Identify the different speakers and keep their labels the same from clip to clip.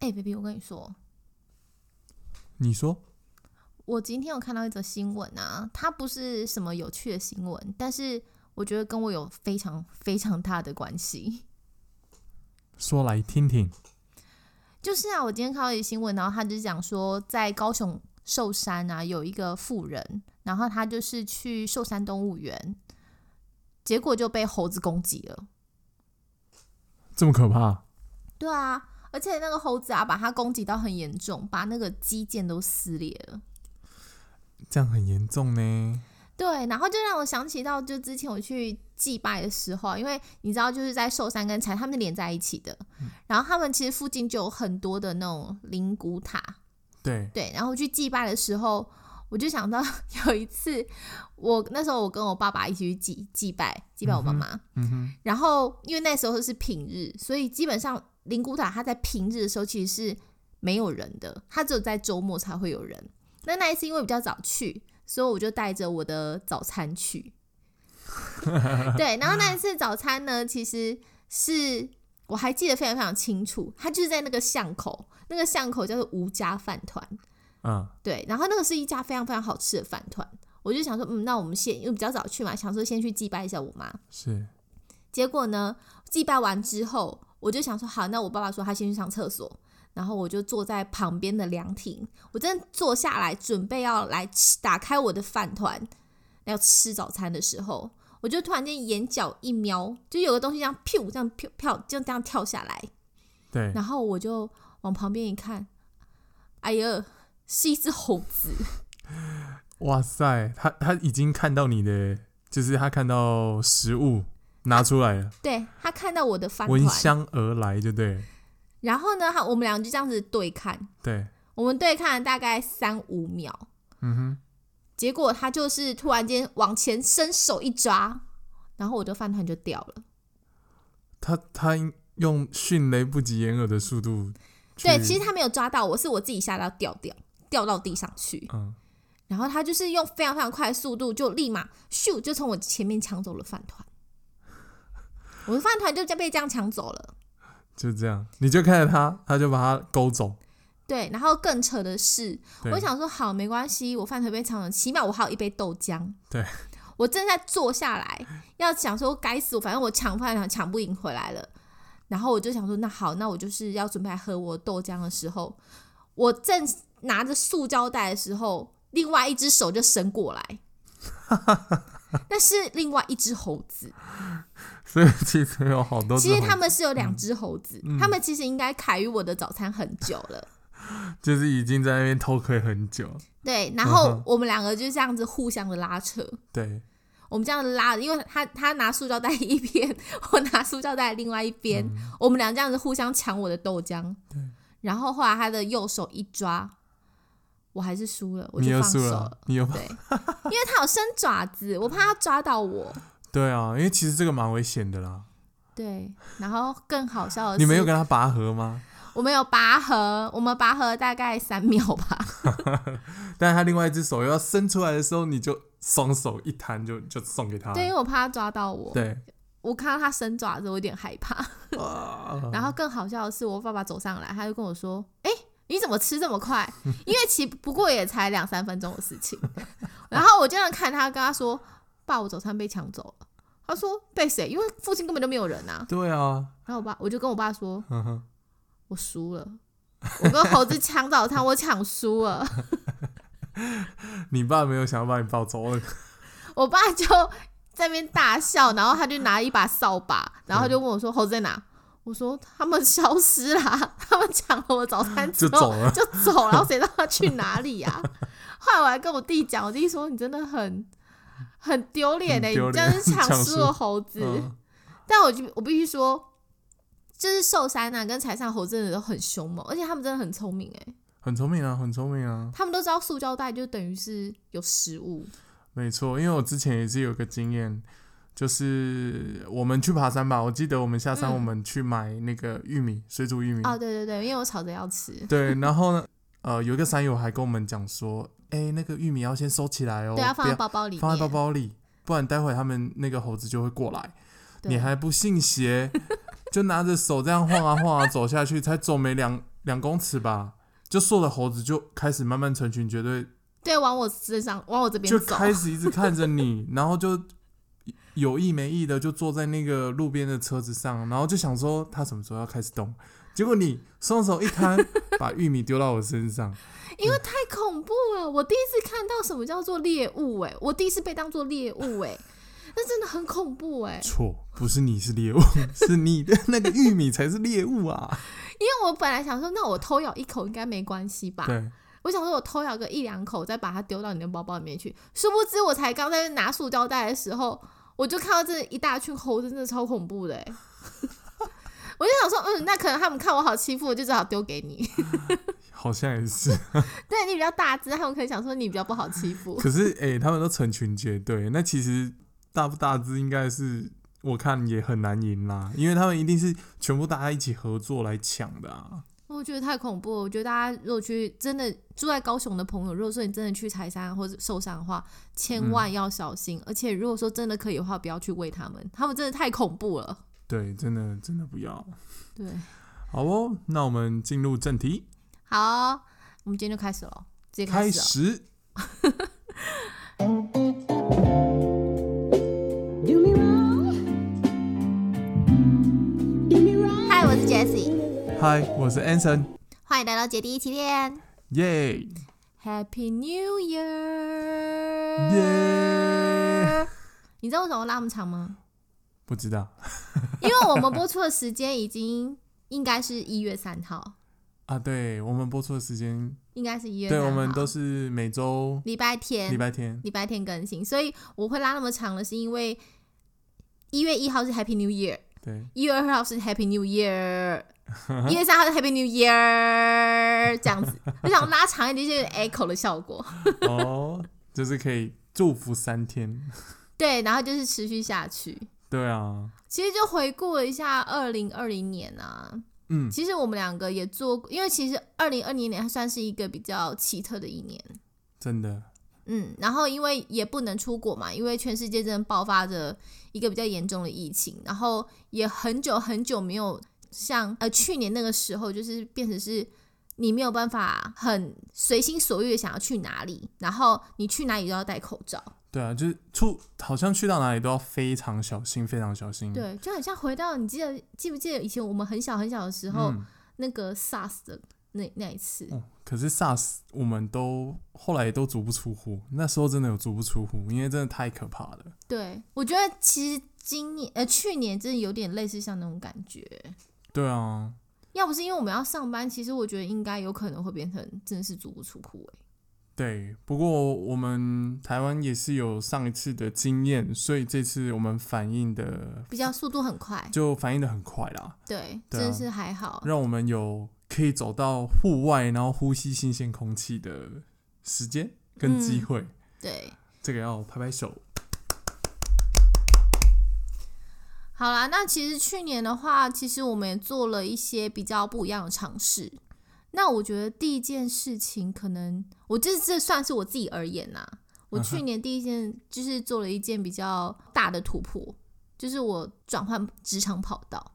Speaker 1: 哎、b a b y 我跟你说，
Speaker 2: 你说
Speaker 1: 我今天有看到一则新闻啊，它不是什么有趣的新闻，但是我觉得跟我有非常非常大的关系。
Speaker 2: 说来听听。
Speaker 1: 就是啊，我今天看到一个新闻，然后他就讲说，在高雄寿山啊，有一个富人，然后他就是去寿山动物园，结果就被猴子攻击了。
Speaker 2: 这么可怕？
Speaker 1: 对啊，而且那个猴子啊，把他攻击到很严重，把那个肌腱都撕裂了。
Speaker 2: 这样很严重呢。
Speaker 1: 对，然后就让我想起到，就之前我去祭拜的时候，啊因为你知道，就是在寿山跟柴他们是连在一起的，然后他们其实附近就有很多的那种灵骨塔，
Speaker 2: 对，
Speaker 1: 对，然后去祭拜的时候，我就想到 有一次，我那时候我跟我爸爸一起去祭祭拜，祭拜我妈妈，
Speaker 2: 嗯哼，
Speaker 1: 然后因为那时候是平日，所以基本上灵骨塔它在平日的时候其实是没有人的，它只有在周末才会有人。那那一次因为比较早去，所以我就带着我的早餐去。 对，然后那一次早餐呢，其实是我还记得非常非常清楚，它就是在那个巷口，那个巷口叫做吴家饭团。
Speaker 2: 嗯，
Speaker 1: 对，然后那个是一家非常非常好吃的饭团，我就想说，嗯，那我们先因为比较早去嘛，想说先去祭拜一下我妈。
Speaker 2: 是，
Speaker 1: 结果呢，祭拜完之后，我就想说，好，那我爸爸说他先去上厕所，然后我就坐在旁边的凉亭，我真的坐下来准备要来吃，打开我的饭团，要吃早餐的时候，我就突然间眼角一瞄，就有个东西这样噗，这样飘飘，就这样跳下来，
Speaker 2: 对，
Speaker 1: 然后我就往旁边一看，哎呀，是一只猴子。
Speaker 2: 哇塞，他他已经看到你的，就是他看到食物拿出来了，
Speaker 1: 对他看到我的饭
Speaker 2: 闻
Speaker 1: 团，
Speaker 2: 香而来，就对，
Speaker 1: 然后呢，他我们俩就这样子对看，
Speaker 2: 对，
Speaker 1: 我们对看了大概三五秒，
Speaker 2: 嗯哼，
Speaker 1: 结果他就是突然间往前伸手一抓，然后我的饭团就掉了。
Speaker 2: 他他应用迅雷不及掩耳的速度去，
Speaker 1: 对，其实他没有抓到我，是我自己吓到掉掉掉到地上去，
Speaker 2: 嗯，
Speaker 1: 然后他就是用非常非常快的速度就立马咻就从我前面抢走了饭团，我的饭团就被这样抢走了。
Speaker 2: 就这样，你就看着他，他就把他勾走，
Speaker 1: 对，然后更扯的是，
Speaker 2: 对
Speaker 1: 我想说好没关系，我饭团被抢了，起码我还有一杯豆浆。
Speaker 2: 对，
Speaker 1: 我正在坐下来，要想说该死，反正我抢饭团抢不赢回来了。然后我就想说，那好，那我就是要准备来喝我豆浆的时候，我正拿着塑胶袋的时候，另外一只手就伸过 来，那是另外一只猴子。
Speaker 2: 所以其实有好多只
Speaker 1: 其实
Speaker 2: 猴嗯
Speaker 1: 他们是有两只猴子，他们其实应该凯于我的早餐很久了。
Speaker 2: 就是已经在那边偷窥很久，
Speaker 1: 对，然
Speaker 2: 嗯
Speaker 1: 后
Speaker 2: 哼
Speaker 1: 我们两个就这样子互相的拉扯，
Speaker 2: 对，
Speaker 1: 我们这样子拉，因为他他拿塑胶袋一边，我拿塑胶袋另外一边，
Speaker 2: 嗯
Speaker 1: 我们俩这样子互相抢我的豆浆。然后后来他的右手一抓，我还是输了，我
Speaker 2: 你
Speaker 1: 就
Speaker 2: 又
Speaker 1: 放手
Speaker 2: 输了，你又
Speaker 1: 对， 因为他有伸爪子，我怕他抓到我。
Speaker 2: 对啊，因为其实这个蛮危险的啦。
Speaker 1: 对，然后更好笑的是，
Speaker 2: 你没有跟他拔河吗？
Speaker 1: 我们有拔河，我们拔河大概三秒吧。
Speaker 2: 但是他另外一只手要伸出来的时候，你就双手一摊就就送给他了。
Speaker 1: 对，因为我怕他抓到我。
Speaker 2: 啊对，
Speaker 1: 我看到他伸爪子，我有点害怕。
Speaker 2: 啊
Speaker 1: 然后更好笑的是，我爸爸走上来，他就跟我说：“哎、你怎么吃这么快？因为其不过也才两三分钟的事情。” 然后我就这样看他，跟他说：“爸，我早餐被抢走了。”他说：“被谁？因为附近根本就没有人啊。
Speaker 2: 对啊，”
Speaker 1: 然后我爸我就跟我爸说
Speaker 2: 嗯哼，：“
Speaker 1: 我输了，我跟猴子抢早餐，我抢输了。
Speaker 2: 你爸没有想要把你抱走，我”
Speaker 1: 我爸就在那边大笑，然后他就拿一把扫把，然后就问我说：“猴子在哪？”我说：“他们消失啦，他们抢了我早餐之
Speaker 2: 就
Speaker 1: 后
Speaker 2: 走了。嗯
Speaker 1: 就走，然后谁知道他去哪里呀、后来我还跟我弟讲，我弟说你真的很很丢脸呢，
Speaker 2: 很
Speaker 1: 你
Speaker 2: 丢
Speaker 1: 这
Speaker 2: 脸
Speaker 1: 样 是抢
Speaker 2: 抢
Speaker 1: 输
Speaker 2: 输
Speaker 1: 了猴子。
Speaker 2: 嗯，
Speaker 1: 但我就我必须说，就是寿山啊跟柴山猴真的都很凶猛，而且他们真的很聪明哎，
Speaker 2: 很聪明啊，很聪明啊，
Speaker 1: 他们都知道塑胶袋就等于是有食物，
Speaker 2: 没错。因为我之前也是有个经验，就是我们去爬山吧，我记得我们下山，
Speaker 1: 嗯
Speaker 2: 我们去买那个玉米，水煮玉米。
Speaker 1: 哦，对对对，因为我吵着要吃。
Speaker 2: 对，然后呢，呃，有一个山友还跟我们讲说，哎，那个玉米要先收起来哦，
Speaker 1: 对，要放
Speaker 2: 不
Speaker 1: 在
Speaker 2: 要
Speaker 1: 包包里面。
Speaker 2: 放在包包里，不然待会他们那个猴子就会过来。
Speaker 1: 对
Speaker 2: 你还不信邪，就拿着手这样晃啊晃啊走下去，才走没两两公尺吧，就瘦的猴子就开始慢慢成群结队，
Speaker 1: 对，往我身上，往我这边
Speaker 2: 就
Speaker 1: 走。
Speaker 2: 开始一直看着你，然后就有意没意的就坐在那个路边的车子上，然后就想说他什么时候要开始动，结果你双手一摊，把玉米丢到我身上，
Speaker 1: 因为太恐怖了，我第一次看到什么叫做猎物、欸，我第一次被当做猎物、 欸，那真的很恐怖、欸，
Speaker 2: 错，不是你是猎物， 是你的那个玉米才是猎物啊，
Speaker 1: 因为我本来想说，那我偷咬一口应该没关系吧，
Speaker 2: 对，
Speaker 1: 我想说我偷咬个一两口，再把它丢到你的包包里面去，殊不知我才刚在拿塑胶袋的时候，我就看到这一大群猴子，真的超恐怖的、欸， 我就想说，嗯，那可能他们看我好欺负，我就只好丢给你，
Speaker 2: 好像也是。
Speaker 1: 对你比较大只，他们可能想说你比较不好欺负。
Speaker 2: 可是哎、欸他们都成群结队，那其实大不大只应该是我看也很难赢啦，因为他们一定是全部大家一起合作来抢的啊。
Speaker 1: 我觉得太恐怖了。我觉得大家如果去真的住在高雄的朋友，如果说你真的去柴山或者受伤的话，
Speaker 2: 嗯
Speaker 1: 千万要小心。而且如果说真的可以的话，不要去喂他们，他们真的太恐怖了。
Speaker 2: 对，真的真的不要。
Speaker 1: 对，
Speaker 2: 好哦，那我们进入正题，
Speaker 1: 好、我们今天就开始了，直接
Speaker 2: 开
Speaker 1: 开始哦。
Speaker 2: 始。
Speaker 3: Do me wrong. Do me wrong.
Speaker 1: 嗨，我是 Jessie，
Speaker 2: 嗨，我是 Anson，
Speaker 1: 欢迎来到姐弟一起练
Speaker 2: 耶耶。
Speaker 1: ，Happy New Year！你知道为什么我拉那么长吗？
Speaker 2: 不知道
Speaker 1: 因为我们播出的时间已经应该是一月三号，
Speaker 2: 啊，对我们播出的时间，
Speaker 1: 应该是一月
Speaker 2: 对
Speaker 1: 三号。
Speaker 2: 我们都是每周
Speaker 1: 礼拜啊天，
Speaker 2: 礼拜天。
Speaker 1: 礼拜天更新，所以我会拉那么长了，是因为一月一号是 Happy New Year，
Speaker 2: 对，
Speaker 1: 一月二号是 Happy New Year，一月三号是 Happy New Year，这样子，我想拉长一点，就是 echo 的效果。
Speaker 2: 哦，就是可以祝福三天。
Speaker 1: 对，然后就是持续下去。
Speaker 2: 对啊，
Speaker 1: 其实就回顾了一下二零二零年啊，
Speaker 2: 嗯，
Speaker 1: 其实我们两个也做过，因为其实二零二零年它算是一个比较奇特的一年。
Speaker 2: 真的，
Speaker 1: 嗯，然后因为也不能出国嘛，因为全世界真的爆发着一个比较严重的疫情，然后也很久很久没有像呃去年那个时候，就是变成是你没有办法很随心所欲的想要去哪里，然后你去哪里都要戴口罩，
Speaker 2: 对啊，就是出好像去到哪里都要非常小心，非常小心。
Speaker 1: 对，就很像回到你记得记不记得以前我们很小很小的时候、
Speaker 2: 嗯
Speaker 1: 那个 SARS 的那那一次，
Speaker 2: 哦，可是 SARS 我们都后来也都足不出户，那时候真的有足不出户，因为真的太可怕了。
Speaker 1: 对我觉得其实今年呃去年真的有点类似像那种感觉，
Speaker 2: 对啊，
Speaker 1: 要不是因为我们要上班，其实我觉得应该有可能会变成真的是足不出户哎、
Speaker 2: 对，不过我们台湾也是有上一次的经验，所以这次我们反应的
Speaker 1: 比较速度很快，
Speaker 2: 就反应的很快啦，
Speaker 1: 对，
Speaker 2: 对啊
Speaker 1: 真的是还好。
Speaker 2: 让我们有可以走到户外，然后呼吸新鲜空气的时间跟机会，
Speaker 1: 对，
Speaker 2: 这个要拍拍手。
Speaker 1: 好啦，那其实去年的话，其实我们也做了一些比较不一样的尝试。那我觉得第一件事情，可能我这这算是我自己而言呐、我
Speaker 2: 嗯
Speaker 1: 去年第一件就是做了一件比较大的突破，就是我转换职场跑道。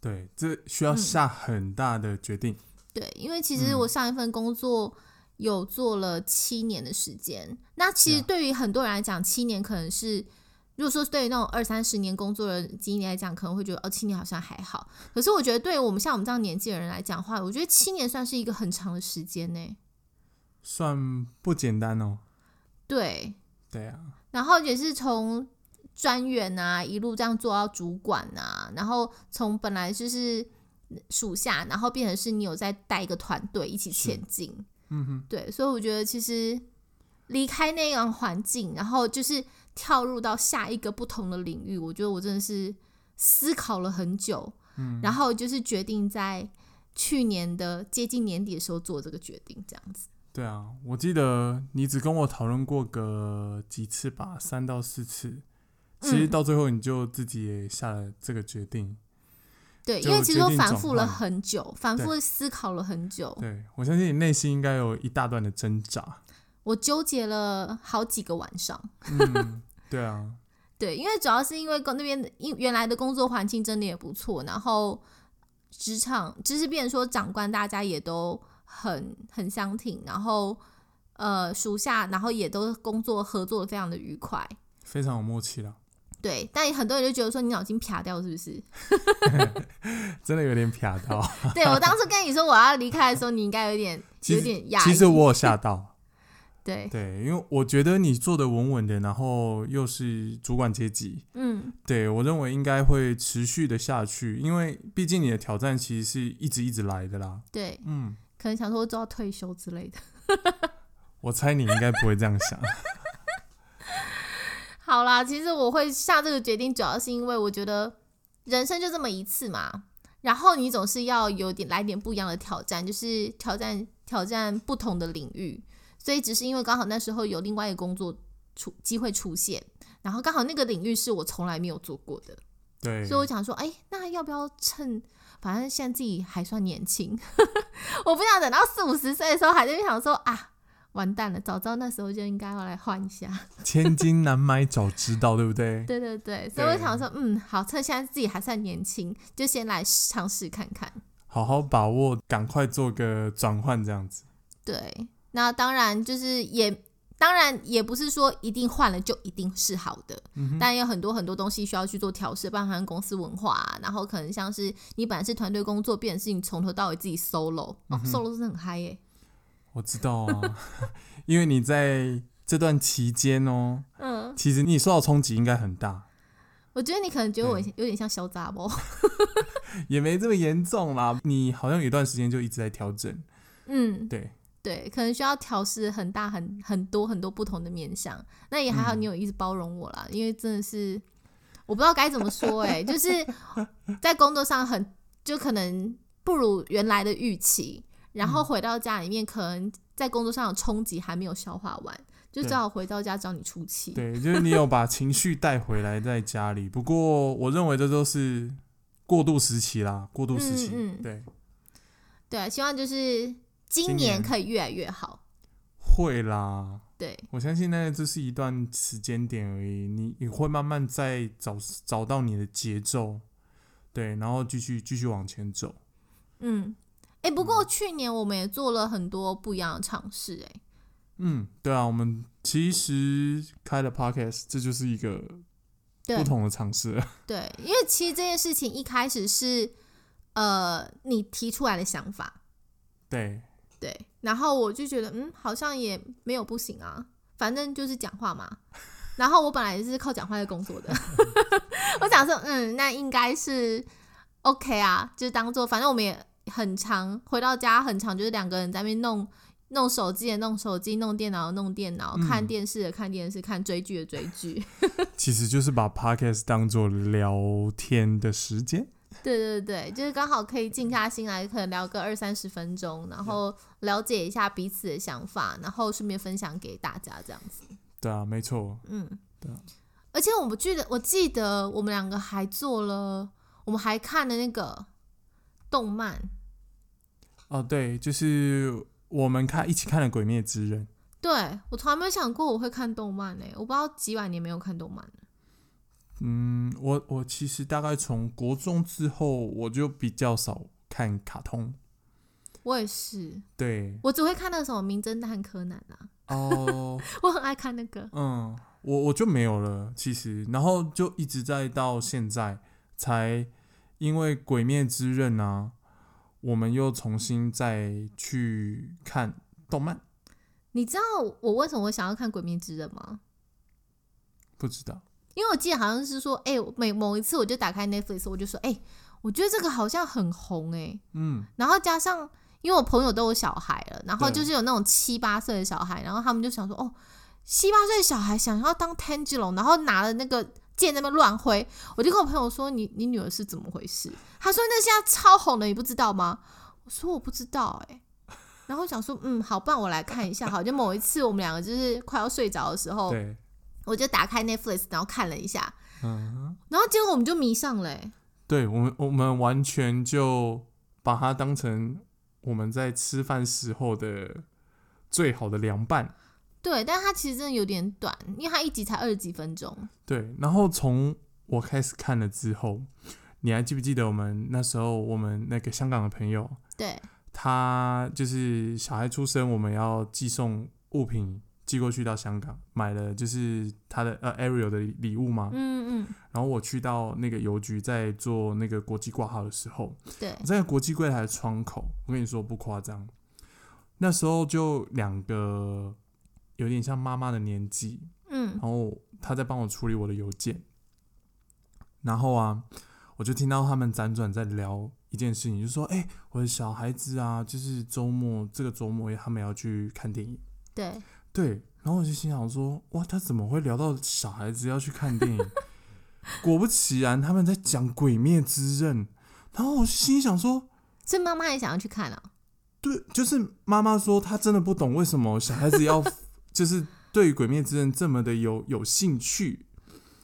Speaker 2: 对，这需
Speaker 1: 嗯
Speaker 2: 要下很大的决定。
Speaker 1: 对，因为其实我上一份工作有做了七年的时间，那其实
Speaker 2: Yeah.
Speaker 1: 对于很多人来讲，七年可能是，如果说对于那种二三十年工作的经历来讲，可能会觉得哦，七年好像还好。可是我觉得，对于我们像我们这样年纪的人来讲的话，我觉得七年算是一个很长的时间呢。
Speaker 2: 算不简单哦。
Speaker 1: 对，
Speaker 2: 对啊，
Speaker 1: 然后也是从专员啊一路这样做到主管啊，然后从本来就是属下，然后变成是你有在带一个团队一起前进。
Speaker 2: 嗯哼，
Speaker 1: 对，所以我觉得其实离开那样环境，然后就是跳入到下一个不同的领域，我觉得我真的是思考了很久，嗯，然后就是决定在去年的接近年底的时候做这个决定，这样子。
Speaker 2: 对啊，我记得你只跟我讨论过个几次吧，三到四次。
Speaker 1: 嗯
Speaker 2: 其实到最后你就自己也下了这个决定。
Speaker 1: 对，
Speaker 2: 就
Speaker 1: 因为其实
Speaker 2: 决
Speaker 1: 我
Speaker 2: 定
Speaker 1: 反
Speaker 2: 转
Speaker 1: 复了
Speaker 2: 换
Speaker 1: 很久，反复思考了很久，
Speaker 2: 对我相信你内心应该有一大段的挣扎。
Speaker 1: 我纠结了好几个晚上。
Speaker 2: 嗯，对啊，
Speaker 1: 对，因为主要是因为工那边的因原来的工作环境真的也不错，然后职场，就是变成说长官大家也都很很相挺，然后呃属下，然后也都工作合作的非常的愉快。
Speaker 2: 非常有默契啦，
Speaker 1: 对，但很多人就觉得说你脑筋撇掉是不是？
Speaker 2: 真的有点啪到。
Speaker 1: 对我当时跟你说我要离开的时候，你应该有点
Speaker 2: 其
Speaker 1: 有
Speaker 2: 实
Speaker 1: 点压抑。
Speaker 2: 其实我 有吓到，
Speaker 1: 对，
Speaker 2: 对，因为我觉得你做的稳稳的，然后又是主管阶级，
Speaker 1: 嗯，
Speaker 2: 对我认为应该会持续的下去，因为毕竟你的挑战其实是一直一直来的啦。
Speaker 1: 对，
Speaker 2: 嗯，
Speaker 1: 可能想说做到退休之类的。
Speaker 2: 我猜你应该不会这样想，
Speaker 1: 好啦，其实我会下这个决定，主要是因为我觉得人生就这么一次嘛，然后你总是要有点来点不一样的挑战，就是挑战挑战不同的领域。所以只是因为刚好那时候有另外一个工作出机会出现，然后刚好那个领域是我从来没有做过的，
Speaker 2: 对，
Speaker 1: 所以我想说，哎、那要不要趁反正现在自己还算年轻， 我不想等到四五十岁的时候还在那边想说啊，完蛋了，早知道那时候就应该要来换一下。
Speaker 2: 千金难买早知道，对不对？
Speaker 1: 对对对，所以我想说，嗯，好，趁现在自己还算年轻，就先来尝试看看。
Speaker 2: 好好把握，赶快做个转换，这样子。
Speaker 1: 对，那当然就是也，当然也不是说一定换了就一定是好的，但有很多很多东西需要去做调试，包含公司文化、啊，然后可能像是你本来是团队工作，变成是你从头到尾自己 solo，哦、s o l o 真的很嗨耶、
Speaker 2: 我知道啊， 因为你在这段期间哦，
Speaker 1: 嗯，
Speaker 2: 其实你受到冲击应该很大，
Speaker 1: 我觉得你可能觉得我
Speaker 2: 对
Speaker 1: 有点像小杂包，
Speaker 2: 也没这么严重啦。你好像有一段时间就一直在调整，
Speaker 1: 嗯，
Speaker 2: 对，
Speaker 1: 对，可能需要调试很大很很多很多不同的面向。那也还好，
Speaker 2: 嗯
Speaker 1: 你有一直包容我啦，因为真的是我不知道该怎么说哎、就是在工作上很就可能不如原来的预期，然
Speaker 2: 嗯
Speaker 1: 后回到家里面，可能在工作上有冲击还没有消化完，就
Speaker 2: 对
Speaker 1: 只好回到家找你出气。
Speaker 2: 对，就是你有把情绪带回来在家里。不过我认为这都是过渡时期啦，过渡时期，
Speaker 1: 嗯嗯
Speaker 2: 对，
Speaker 1: 对，啊希望就是今
Speaker 2: 今
Speaker 1: 年
Speaker 2: 年
Speaker 1: 可以越来越好。
Speaker 2: 会啦。
Speaker 1: 对，
Speaker 2: 我相信那这是一段时间点而已，你你会慢慢再找找到你的节奏，对，然后继续继续往前走。
Speaker 1: 嗯，哎、不过去年我们也做了很多不一样的尝试、哎，
Speaker 2: 嗯，对啊，我们其实开了 podcast，这就是一个
Speaker 1: 对，啊
Speaker 2: 不同的尝试了。
Speaker 1: 对，因为其实这件事情一开始是呃你提出来的想法，
Speaker 2: 对，
Speaker 1: 对，然后我就觉得嗯好像也没有不行啊，反正就是讲话嘛。然后我本来也是靠讲话在工作的， 我想说嗯那应该是 OK 啊，就当做反正我们也很长回到家很长，就是两个人在那边弄。弄手机的弄手机，弄电脑的弄电脑，看
Speaker 2: 嗯
Speaker 1: 电视的看电视，看追剧的追剧。
Speaker 2: 其实就是把 podcast 当做聊天的时间。
Speaker 1: 对对对，就是刚好可以静下心来，可能聊个二三十分钟，然后了解一下彼此的想法，然后顺便分享给大家这样子。
Speaker 2: 对啊，没错，
Speaker 1: 嗯，
Speaker 2: 对啊
Speaker 1: 而且我们记得，我记得我们两个还做了，我们还看了那个动漫。
Speaker 2: 哦，对，就是我们看一起看了《鬼灭之刃》，
Speaker 1: 对我从来没有想过我会看动漫呢、我不知道几百年没有看动漫了。
Speaker 2: 嗯，我我其实大概从国中之后，我就比较少看卡通。
Speaker 1: 我也是，
Speaker 2: 对，
Speaker 1: 我只会看那个什么《名侦探柯南》啊，
Speaker 2: 哦，
Speaker 1: 我很爱看那个。
Speaker 2: 嗯，我我就没有了，其实，然后就一直在到现在才因为《鬼灭之刃》啊，我们又重新再去看动漫，
Speaker 1: 你知道我为什么会想要看《鬼灭之刃》吗？
Speaker 2: 不知道，
Speaker 1: 因为我记得好像是说，哎、我每某一次我就打开 Netflix，我就说，哎、我觉得这个好像很红哎、
Speaker 2: 嗯，
Speaker 1: 然后加上，因为我朋友都有小孩了，然后
Speaker 2: 对
Speaker 1: 就是有那种七八岁的小孩，然后他们就想说，哦，七八岁的小孩想要当 Tangelo，然后拿了那个剑在那边乱挥，我就跟我朋友说，你你女儿是怎么回事？他说那现在超红的，你不知道吗？我说我不知道哎、然后我想说，嗯，好，不然我来看一下。好，就某一次我们两个就是快要睡着的时候，
Speaker 2: 对，
Speaker 1: 我就打开 Netflix，然后看了一下，
Speaker 2: 嗯，
Speaker 1: 然后结果我们就迷上了、欸。
Speaker 2: 对我们我们完全就把它当成我们在吃饭时候的最好的凉拌，
Speaker 1: 对，但它其实真的有点短，因为它一集才二十几分钟。
Speaker 2: 对，然后从我开始看了之后，你还记不记得我们那时候我们那个香港的朋友，
Speaker 1: 对，
Speaker 2: 他就是小孩出生，我们要寄送物品寄过去到香港，买了就是他的呃 Ariel 的礼物嘛。
Speaker 1: 嗯嗯，
Speaker 2: 然后我去到那个邮局，在做那个国际挂号的时候，
Speaker 1: 对
Speaker 2: 我，在国际柜台的窗口，我跟你说不夸张，那时候就两个有点像妈妈的年纪，
Speaker 1: 嗯
Speaker 2: 然后他在帮我处理我的邮件，然后啊，我就听到他们辗转在聊一件事情，就说：“哎、我的小孩子啊，就是周末这个周末他们要去看电影。
Speaker 1: 对，”
Speaker 2: 对，然后我就心想说：“哇，他怎么会聊到小孩子要去看电影？” 果不其然，他们在讲《鬼灭之刃》，然后我心里想说。
Speaker 1: 所以妈妈也想要去看啊，
Speaker 2: 对，就是妈妈说她真的不懂为什么小孩子要 就是对《鬼灭之刃》这么的有有兴趣，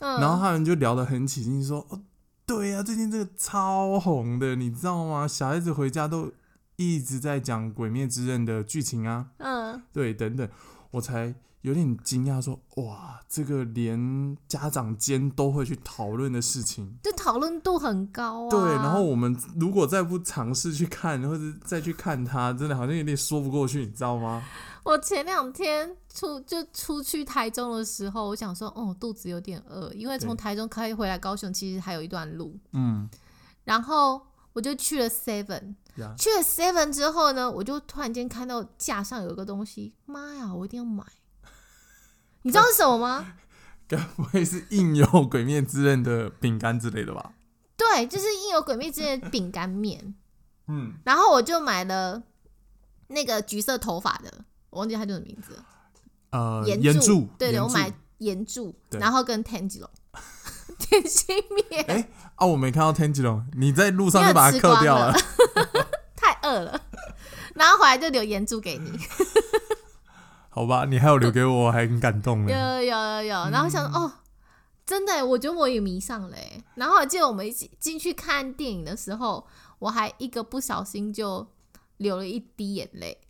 Speaker 1: 嗯，
Speaker 2: 然后他们就聊得很起劲，说：“哦，对呀、最近这个超红的，你知道吗？小孩子回家都一直在讲《鬼灭之刃》的剧情啊，
Speaker 1: 嗯，
Speaker 2: 对，等等。”我才有点惊讶，说：“哇，这个连家长间都会去讨论的事情。”
Speaker 1: 就讨论度很高啊，
Speaker 2: 对，然后我们如果再不尝试去看，或者再去看它，真的好像有点说不过去，你知道吗？
Speaker 1: 我前两天出就出去台中的时候，我想说，哦，肚子有点饿，因为从
Speaker 2: 对
Speaker 1: 台中开回来高雄其实还有一段路，
Speaker 2: 嗯，
Speaker 1: 然后我就去了 Seven，
Speaker 2: 呀，
Speaker 1: 去了 Seven 之后呢，我就突然间看到架上有一个东西，妈呀，我一定要 买。你知道是什么吗？
Speaker 2: 该不会是印有《鬼灭之刃》的饼干之类的吧？
Speaker 1: 对，就是印有《鬼灭之刃》的饼干面，
Speaker 2: 嗯，
Speaker 1: 然后我就买了那个橘色头发的，我忘记它叫什么名字了，
Speaker 2: 呃，
Speaker 1: 柱，
Speaker 2: 柱，
Speaker 1: 对对，
Speaker 2: 岩
Speaker 1: 我
Speaker 2: 柱
Speaker 1: 买岩柱，
Speaker 2: 对
Speaker 1: 然后跟 Tangelo 点心面，
Speaker 2: 啊，我没看到天吉龙，你在路上
Speaker 1: 你
Speaker 2: 就
Speaker 1: 有
Speaker 2: 把它
Speaker 1: 吃
Speaker 2: 刻
Speaker 1: 光
Speaker 2: 掉
Speaker 1: 了
Speaker 2: 了，
Speaker 1: 太饿了， 然后回来就留岩柱给你，
Speaker 2: 好吧？你还有留给我，我还很感动
Speaker 1: 有
Speaker 2: 呢。
Speaker 1: 有有有有，然后想说、哦，真的耶，我觉得我也迷上了耶。然后我记得我们一起进去看电影的时候，我还一个不小心就流了一滴眼泪，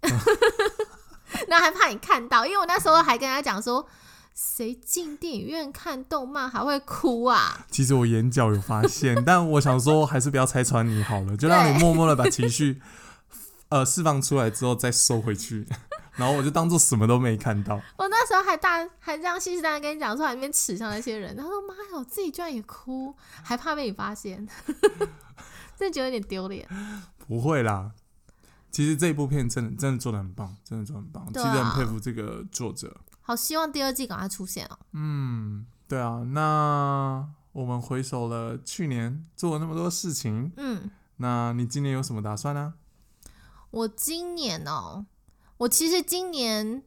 Speaker 1: 然后还怕你看到，因为我那时候还跟他讲说，谁进电影院看动漫还会哭啊？
Speaker 2: 其实我眼角有发现， 但我想说还是不要拆穿你好了，就让你
Speaker 1: 对
Speaker 2: 默默的把情绪 呃释放出来之后再收回去， 然后我就当做什么都没看到。
Speaker 1: 我那时候还大还这样信誓旦旦跟你讲说，还在那边耻笑那些人，他说妈呀，我自己居然也哭，还怕被你发现，真的觉得有点丢脸。
Speaker 2: 不会啦，其实这部片真的真的做的很棒，真的做的很棒，其
Speaker 1: 对
Speaker 2: 实
Speaker 1: 啊
Speaker 2: 很佩服这个作者。
Speaker 1: 好希望第二季赶快出现哦。
Speaker 2: 嗯，对啊，那我们回首了去年做了那么多事情，
Speaker 1: 嗯。
Speaker 2: 那你今年有什么打算呢、
Speaker 1: 我今年哦、我其实今年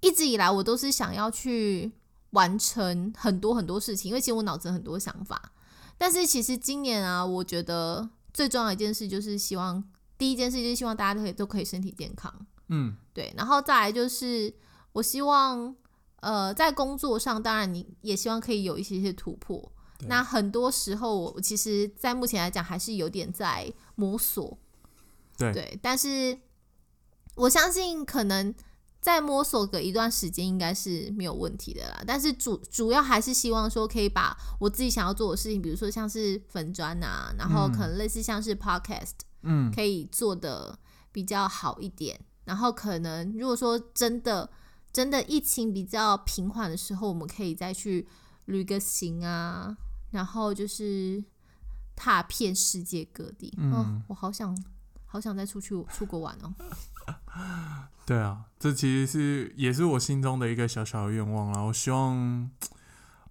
Speaker 1: 一直以来我都是想要去完成很多很多事情，因为其实我脑子很多想法。但是其实今年啊，我觉得最重要的一件事就是希望第一件事就是希望大家都可以都可以身体健康，
Speaker 2: 嗯，
Speaker 1: 对，然后再来就是我希望呃在工作上，当然你也希望可以有一些些突破。
Speaker 2: 对
Speaker 1: 那很多时候我我其实，在目前来讲还是有点在摸索，
Speaker 2: 对
Speaker 1: 对，但是我相信可能再摸索个一段时间应该是没有问题的啦。但是主主要还是希望说可以把我自己想要做的事情，比如说像是粉砖啊，然后可能类似像是 podcast，、
Speaker 2: 嗯，
Speaker 1: 可以做的比较好一点。然后可能如果说真的真的疫情比较平缓的时候，我们可以再去旅个行啊，然后就是踏遍世界各地。
Speaker 2: 嗯
Speaker 1: 哦我好想好想再出去出国玩哦。
Speaker 2: 对啊，这其实是也是我心中的一个小小的愿望啦。我希望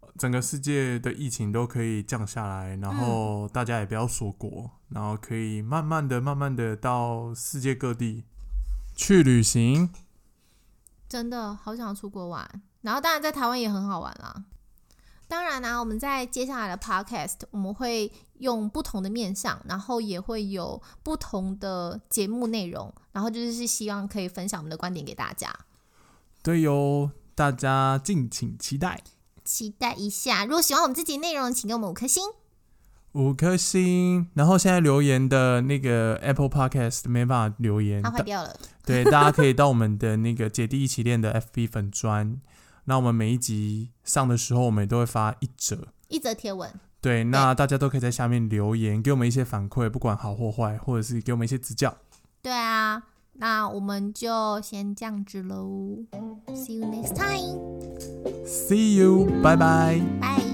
Speaker 2: 呃整个世界的疫情都可以降下来，然后大家也不要锁国，然后可以慢慢的、慢慢的到世界各地去旅行。
Speaker 1: 真的好想出国玩。然后当然在台湾也很好玩啦。当然啊啦、我们在接下来的 podcast 我们会用不同的面向，然后也会有不同的节目内容，然后就是希望可以分享我们的观点给大家，
Speaker 2: 对哟，大家敬请期待。
Speaker 1: 期待一下。如果喜欢我们这集内容，请给我们五颗星。
Speaker 2: 五颗星，然后现在留言的那个 Apple Podcast 没办法留言，
Speaker 1: 啊它坏
Speaker 2: 大
Speaker 1: 掉了，
Speaker 2: 对，大家可以到我们的那个姐弟一起练的 FB 粉砖。那我们每一集上的时候，我们也都会发一折。
Speaker 1: 一则贴文，
Speaker 2: 对，那大家都可以在下面留言，给我们一些反馈，不管好或坏，或者是给我们一些指教。
Speaker 1: 对啊，那我们就先这样子喽。See you next time，
Speaker 2: See you，拜拜。
Speaker 1: 拜。